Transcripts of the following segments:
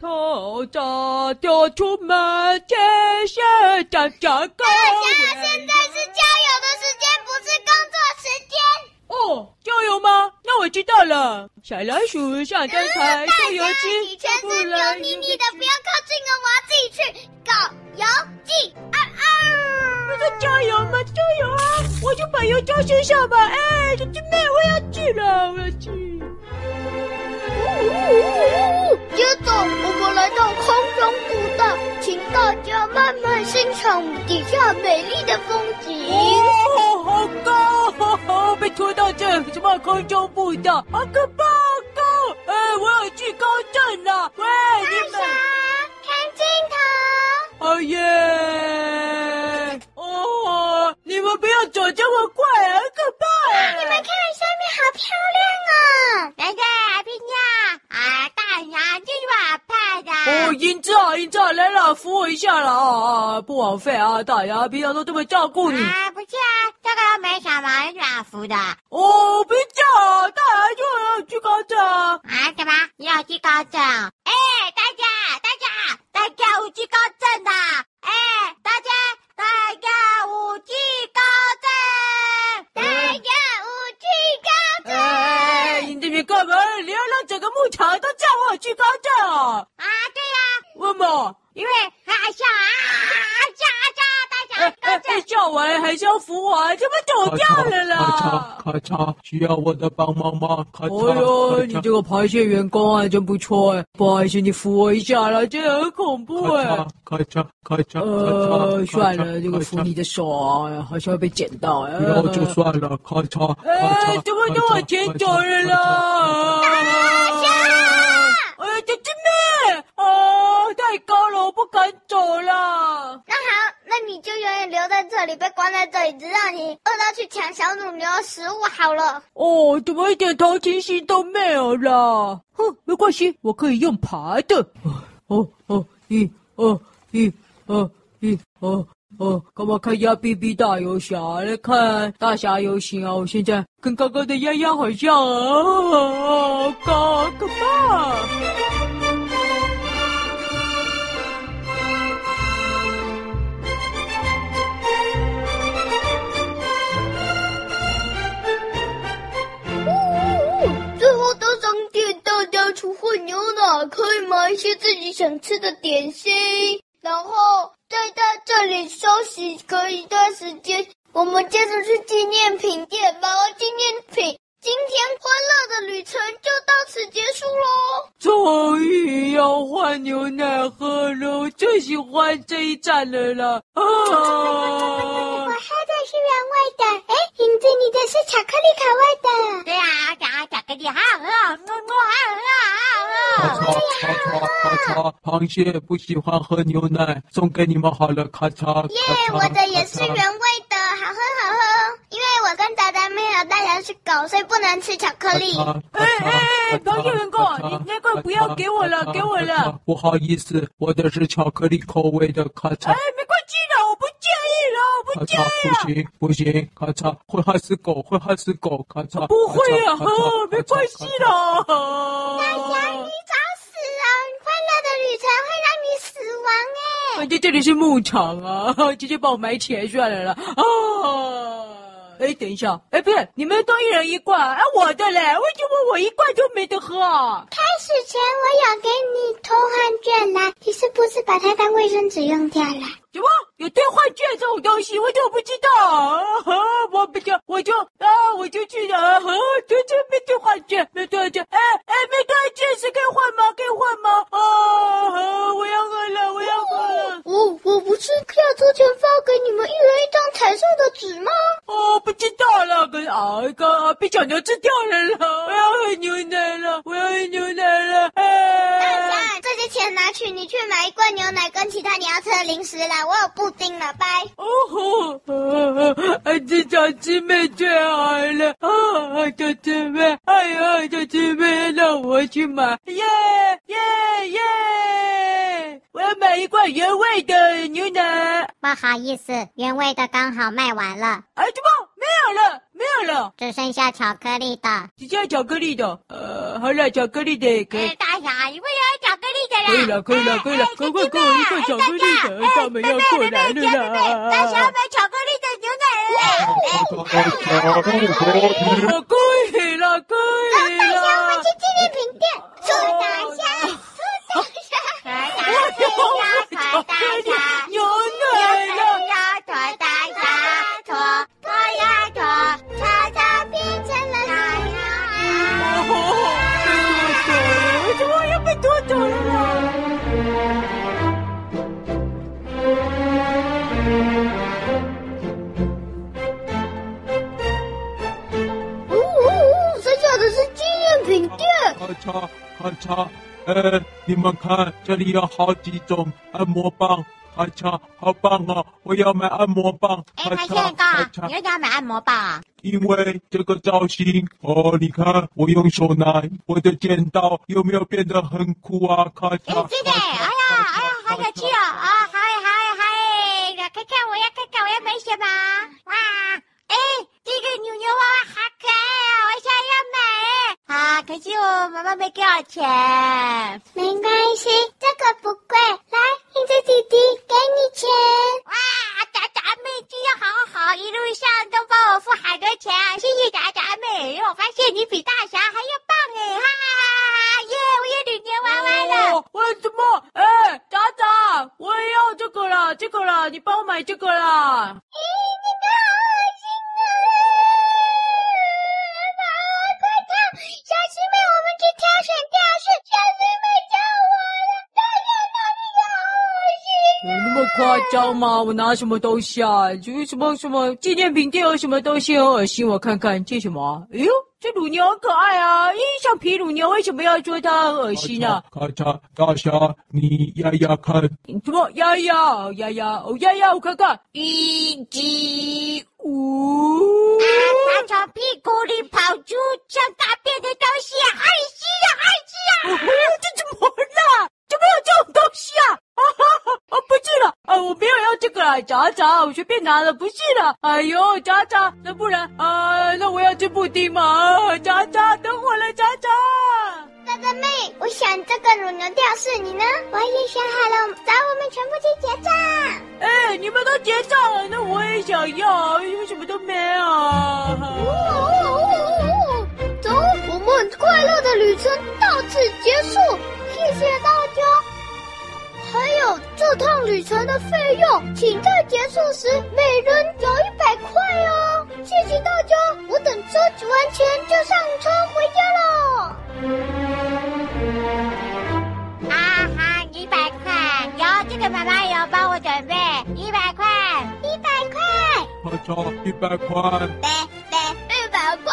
头早就出门，前些长长高。想想哎现在是郊游的时间，不是工作时间。哦，郊游吗？那我知道了。小老鼠上灯台，嗯大出游家记哎你全不身来油腻腻的，不要靠近哦，我要自己去。狗游记，啊啊！不是郊游吗？郊游啊！我就把油浇身上吧。哎，小鸡妹，我要去了，我要去。接着我们来到空中古道，请大家慢慢欣赏底下美丽的风景。哦，好高，好好被拖到这什么空中步道，好可怕，好高！哎，我要去高站了。喂，你哎们。看镜头，哦耶！哦，你们不要走这么快，很啊可怕哎！你们看下面好漂亮啊！来个冰呀，啊，大娘今晚派哦，银子啊，银子啊，来了，扶我一下了啊啊！不枉费啊，大牙平常都这么照顾你。啊，不是啊，这个没什么软服的啊？哦，别这样啊，大牙就要去高站啊。什么？你要去高正？哎，大家，大家，大家我去高正的。哎，大家，大家我去高正，大家我去高正。哎，你这边干嘛？你要让整个牧场都叫我去高站啊？啊，对呀、为什么？因为啊笑啊笑啊笑，大哎家哎高正哎，。叫完还是要扶我啊，怎么走掉了啦？咔嚓咔嚓，需要我的帮忙吗？咔嚓哦呦，咔你嚓这个螃蟹员工啊，真不错哎！不好意思，你扶我一下啦，真的很恐怖哎。咔嚓咔嚓咔嚓咔嚓，呃，咔嚓算了，这个扶你。咔嚓的手啊，好像会被剪到哎。不要就算了，咔嚓咔哎嚓，，怎么都往前走了啦？哎，小师妹，哦，太高了，我不敢走啦。那好，那你就永远留在这里，被关在这里，直到你饿到去抢小乳牛的食物好了。哦，怎么一点同情心都没有啦？哼，没关系，我可以用爬的。哦哦，一哦一哦一哦哦，干嘛看鸭哔哔大游侠？来看大侠游行啊！我现在跟刚刚的丫丫好像啊，好高好可怕！最后都想给大家除喝牛奶，可以买一些自己想吃的点心，然后再在这里休息隔一段时间。我们接着去纪念品店买了纪念品。今天欢乐的旅程就到此结束喽。终于要换牛奶喝了，我最喜欢这一站了啦！哦啊我！喝的是原味的，哎，影子你的是巧克力口味的。对啊，讲巧克力好饿，么么好饿，嚓咔嚓咔嚓，螃蟹不喜欢喝牛奶，送给你们好了，咔嚓。耶耶，我的也是原味的，好喝好喝。因为我跟达达妹和大家是狗，所以不能吃巧克 力。哎哎哎螃蟹员工你那个不要给我了给我了。咔嚓咔嚓咔嚓咔嚓不好意思，我的是巧克力口味的，咔嚓哎，没关系的，我不介意啦，我咔不介嚓，不意啦。行不行，咔嚓会害死狗，会害死狗，咔嚓。不会啊，咔嚓呵没关系。的。你找死啊！欢乐的旅程会让你死亡哎！反正这里是牧场啊，直接把我埋起来算了啦。啊，哎，等一下，哎，不是，你们都一人一罐，哎、我的嘞，为什么我一罐都没得喝啊？开始前我有给你偷换券啦，你是不是把它当卫生纸用掉了？什么有兑换券这种东西，我怎么不知道啊？啊我不就我就啊，我就去了，啊，就这没兑换券，没兑换券，哎哎，没兑换券是可以换吗？可以换吗？啊，啊我要喝了，我要喝了， 我我不是要桌前发给你们一人一张彩色的纸吗？哦，不知道了，跟啊跟啊被小牛吃掉了啦，我要喝牛奶了，我要喝牛奶了， 大哎。家，这些钱拿去，你去买一罐牛奶跟其他你要吃的零食啦。我有布丁了，拜。哦吼，啊啊啊！这小师妹最好了啊！小师妹，哎呀，小师妹让我去买，耶耶耶！我要买一罐原味的牛奶。啊，不好意思，原味的刚好卖完了，哎怎么没有了？没有了，只剩下巧克力的。只剩下巧克力的。呃，好了，巧克力的也可以。大侠，你为了巧克力的可以了，可以了，可以了，赶快给我一个巧克力的，他们要过来了啦！大侠买巧克力的牛奶了。了，可以了，可以大侠，我了们去。纪念品店。苏大侠，苏大侠，苏大侠，苏大侠。牛奶了。呀坨大呀坨，坨呀坨，叉叉变成了大哦，被拖走了呀。，怎么又被拖走了？呜呜呜！剩下的是纪念品店，咔嚓咔嚓，呃，你们看，这里有好几种按摩棒，咔嚓，好棒哦！我要买按摩棒，哎，他咔现在嚓咔干，你嚓，为什么要买按摩棒啊？因为这个造型哦，你看我用手拿我的剪刀，有没有变得很酷啊？咔嚓，哎，真的，咔嚓哎呀，哎呀，好有趣哦！啊，嗨嗨嗨，来看看，我要看看，我要买什么？哇，哎，这个牛牛娃娃好可爱哦，我想要买。啊，可惜我妈妈没给我钱。没关系，这个不贵。来，英子弟弟，给你钱。哇，达达妹真的好好，一路上都帮我付好多钱啊！谢谢达达妹，我发现你比大侠还要棒哎！哈哈哈哈！耶，我有女牛娃娃了。哦，为什么？哎，达达，我也要这个啦，这个啦，你帮我买这个啦。哎啊快跳！小师妹，我们去跳绳吊饰。小师妹教我了，大家哪里有我心？有那么夸张吗？我拿什么东西啊？就是什么什么纪念品店有什么东西很恶心？我看看这什么啊？哎呦，这乳牛很可爱啊！咦，橡皮乳牛为什么要说它很恶心呢、咔嚓，大侠，你压压看，什么呀呀呀呀哦呀呀！我看看，一级五。啊，它从屁股里跑出像大便的东西，爱心呀，爱心呀！哎呀，这怎么了？怎么有这种东西啊？啊哈哈！哦，不是了，啊，我没有要这个啦，渣渣，我随便拿了，不是了。哎呦，渣渣，那不然啊，那我要吃布丁嘛。啊渣渣，等我了，渣渣。大大妹，我想这个乳牛吊饰，你呢？我也想好了，找我们全部去结账。哎，你们都结账了，那我也想要，因为什么都没有。哦走，我们快乐的旅程到此结束，谢谢大家。还有这趟旅程的费用，请在结束时每人缴一百块哦。谢谢大家，我等车子完钱就上车回家了。啊哈，一百块，有这个妈妈有帮我准备一百块，一百块。咔嚓，一百块。得得，一百块，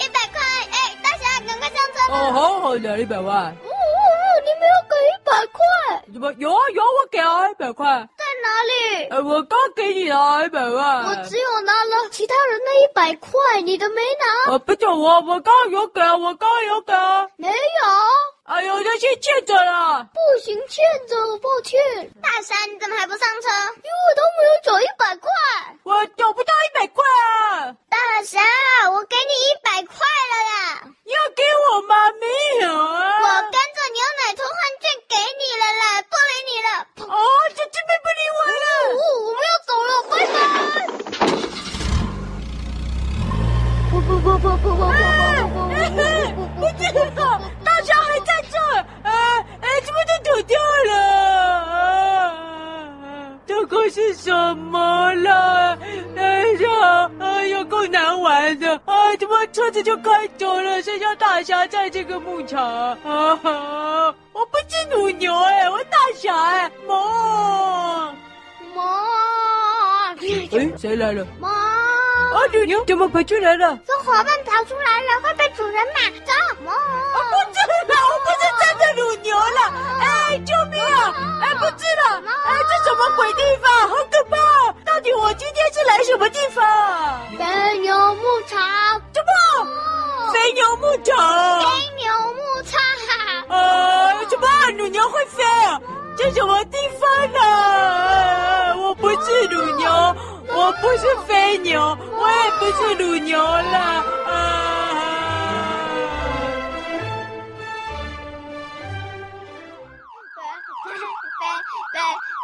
一百块！哎，大侠，赶快上车哦，好好的，一百万。哦哦哦，你没有给一百块，怎么有啊有啊，我给啊一百块，在哪里？呃，我刚给你了一百万。我只有拿了其他人的一百块，你的没拿？呃，不是我，我刚有给啊，我刚有给啊。没有，哎呦，那些欠着了。不行，欠着，抱歉，因为大侠，你怎么还不上车？我都没有找一百块。我找不到一百块啊！大侠，我给你一百块了啦！你要给我吗？没有啊！我跟着牛奶头换券给你了啦，不理你了。哦，这这边不理我了。哦，我们要走了，拜拜。不不不不不不不不不不不知道，大侠还在这儿，哎哎，怎么就走掉了？呃这个是什么了？哎呀，哎呀，够难玩的！哎，怎么车子就开走了，剩下大侠在这个牧场啊？我不是乳牛哎，我大侠哎，妈！妈，哎，谁来了？妈，啊，乳牛怎么跑出来了？跟伙伴跑出来了，会被主人骂。走，妈，不知道，我不是真的乳牛了！哎，救命啊！哎，不知道，哎，这什么鬼地方？好可怕哦！到底我今天是来什么地方啊？肥牛牧场，什么？肥牛牧场？黑牛牧场，呃，什么？乳牛会飞啊？这什么地方呢、哎我不是乳牛，我不是肥牛，我也不是乳牛了。啊！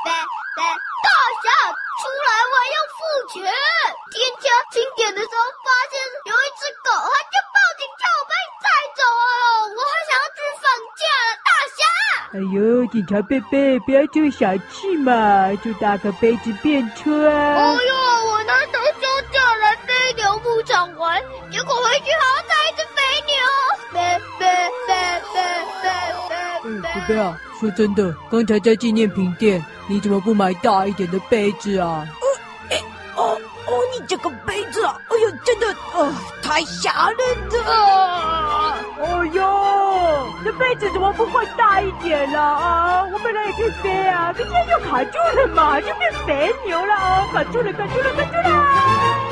对大侠，出来，我要付钱。今天清点的时候发现有一只狗，它就报警叫我把你带走了。我还想要去放假了，大侠。哎呦，警察贝贝，不要这么小气嘛，就搭个杯子便车啊！哎呦，我那时候就叫人飞牛牧场玩，结果回去好像一只肥牛。飞飞飞嗯，飞飞贝飞贝啊，说真的，刚才在纪念品店，你怎么不买大一点的杯子啊？哦哦，你这个杯子啊，哎呦，真的，呃，太吓人的。 啊！哦哟，这杯子怎么不换大一点啦？啊，我本来也可以飞啊啊，可现在就卡住了嘛，就变肥牛了哦，卡住了，卡住了，卡住了。